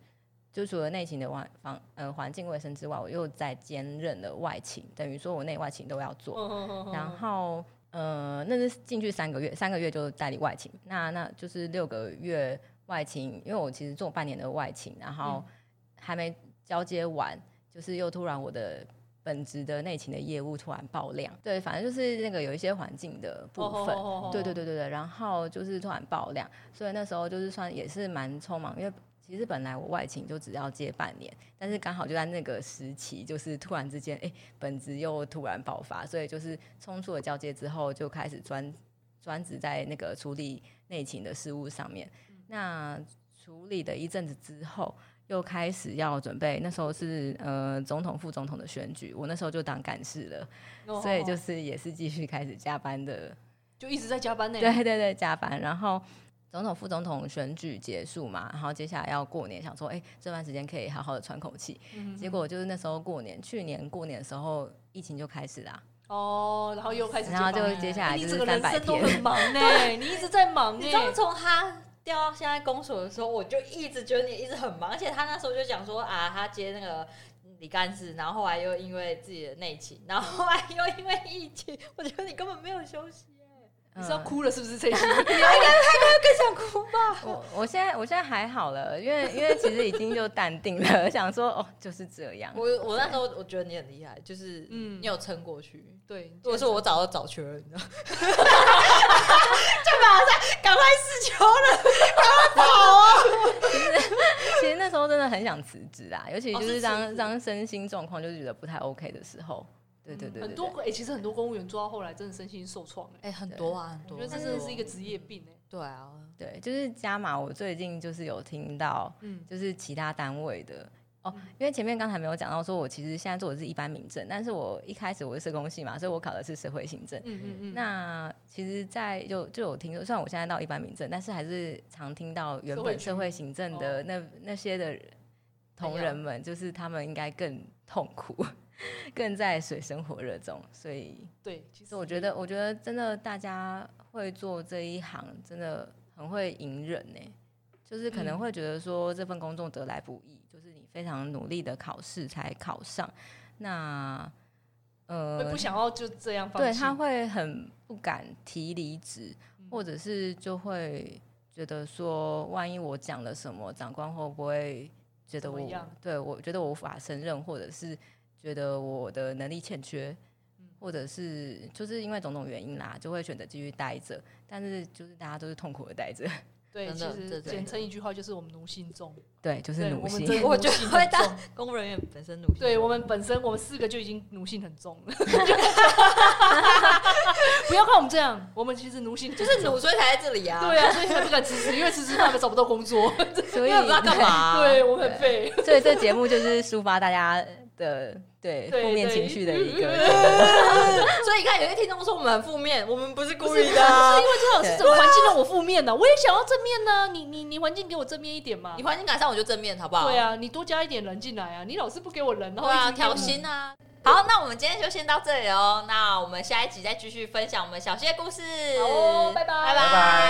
就除了内勤的环防呃环境卫生之外，我又在兼任了外勤，等于说我内外勤都要做。嗯嗯嗯嗯然后呃，那是进去三个月，三个月就代理外勤，那那就是六个月外勤，因为我其实做半年的外勤，然后嗯还没交接完，就是又突然我的。本职的内勤的业务突然爆量，对，反正就是那个有一些环境的部分，哦哦哦哦对对对对对，然后就是突然爆量，所以那时候就是算也是蛮匆忙，因为其实本来我外勤就只要接半年，但是刚好就在那个时期，就是突然之间，哎，本职又突然爆发，所以就是冲出了交接之后，就开始专专职在那个处理内勤的事务上面。嗯那处理了一阵子之后，又开始要准备，那时候是呃总统、副总统的选举，我那时候就当干事了，哦所以就哦是也是继续开始加班的就一直在加班呢、对对对，加班。然后总统、副总统选举结束嘛，然后接下来要过年，想说，哎、这段时间可以好好的喘口气。嗯，结果就是那时候过年，去年过年的时候，疫情就开始啦。哦，然后又开始解然放后了，就接下来你就整是个人300生都天嗯很忙 *laughs* 呢、你一直在忙你呢、知道从他调到现在公所的时候，我就一直觉得你一直很忙，而且他那时候就讲说啊，他接那个李干事，然后后来又因为自己的内勤，然后后来又因为疫情，我觉得你根本没有休息，你是要嗯哭了是不是？这 *laughs* 一期更想哭吧？我我现在我现在还好了，因为因为其实已经就淡定了， *laughs* 想说哦就是这样。我我那时候我觉得你很厉害，就是嗯你有撑过去。对，如果是说我早就早缺了，你知道吗？就马上赶快试球了，其实那时候真的很想辞职啊，尤其哦就是是辞当、职当身心状况就觉得不太 OK 的时候。对对对对很对多哎、其实很多公务员做到后来真的身心受创哎、哎，很多啊，很多，我觉得这真的是一个职业病哎、对啊，对，就是加码。我最近就是有听到，嗯，就是其他单位的哦，因为前面刚才没有讲到，说我其实现在做的是一般民政，但是我一开始我是社工系嘛，所以我考的是社会行政。嗯嗯嗯，那其实在，就就有听说，虽然我现在到一般民政，但是还是常听到原社会哦本局社会行政的那、那些的同哎呀仁们，就是他们应该更痛苦， *laughs* 更在水深火热中。所以，对，其实所以我觉得，我觉得真的大家会做这一行，真的很会隐忍呢、就是可能嗯会觉得说这份工作得来不易，就是你非常努力的考试才考上。那呃会，不想要就这样放对弃他会很不敢提离职，嗯或者是就会觉得说，万一我讲了什么，长官会不会觉得怎么我样对我觉得我无法胜任，或者是觉得我的能力欠缺，或者是就是因为种种原因啦，就会选择继续待着。但是就是大家都是痛苦的待着， *laughs* 对，真其的实这简真称一句话就是我们奴性重，对，就是对，奴我们性。 *laughs* 真的我奴觉得性会很当重公务人员本身努力，对我们本身，我们四个就已经奴性很重 *laughs* 了。不要看我们这样，我们其实奴性就就是努，所以才在这里啊，对啊，所以才不敢辞职，因为辞职怕找不到工作， *laughs* 所以因为不知道干嘛，对我们很啊 *laughs* 废。 *laughs* 所以这节目就是抒发大家的对对负面对情绪的一个节目。 *laughs* 所以你看，有些听众说我们很负面，我们不是故不是，不意是因的啊。为这种是怎么环境让我负面呢？我也想要正面呢。你你你环境给我正面一点嘛你。环境改善，我就正面，好不好？对，啊，你多加一点人进来啊！你老是不给我人，然对后啊，一直调薪啊。好，那我们今天就先到这里哦。那我们下一集再继续分享我们小谢的故事。好哦拜拜拜拜拜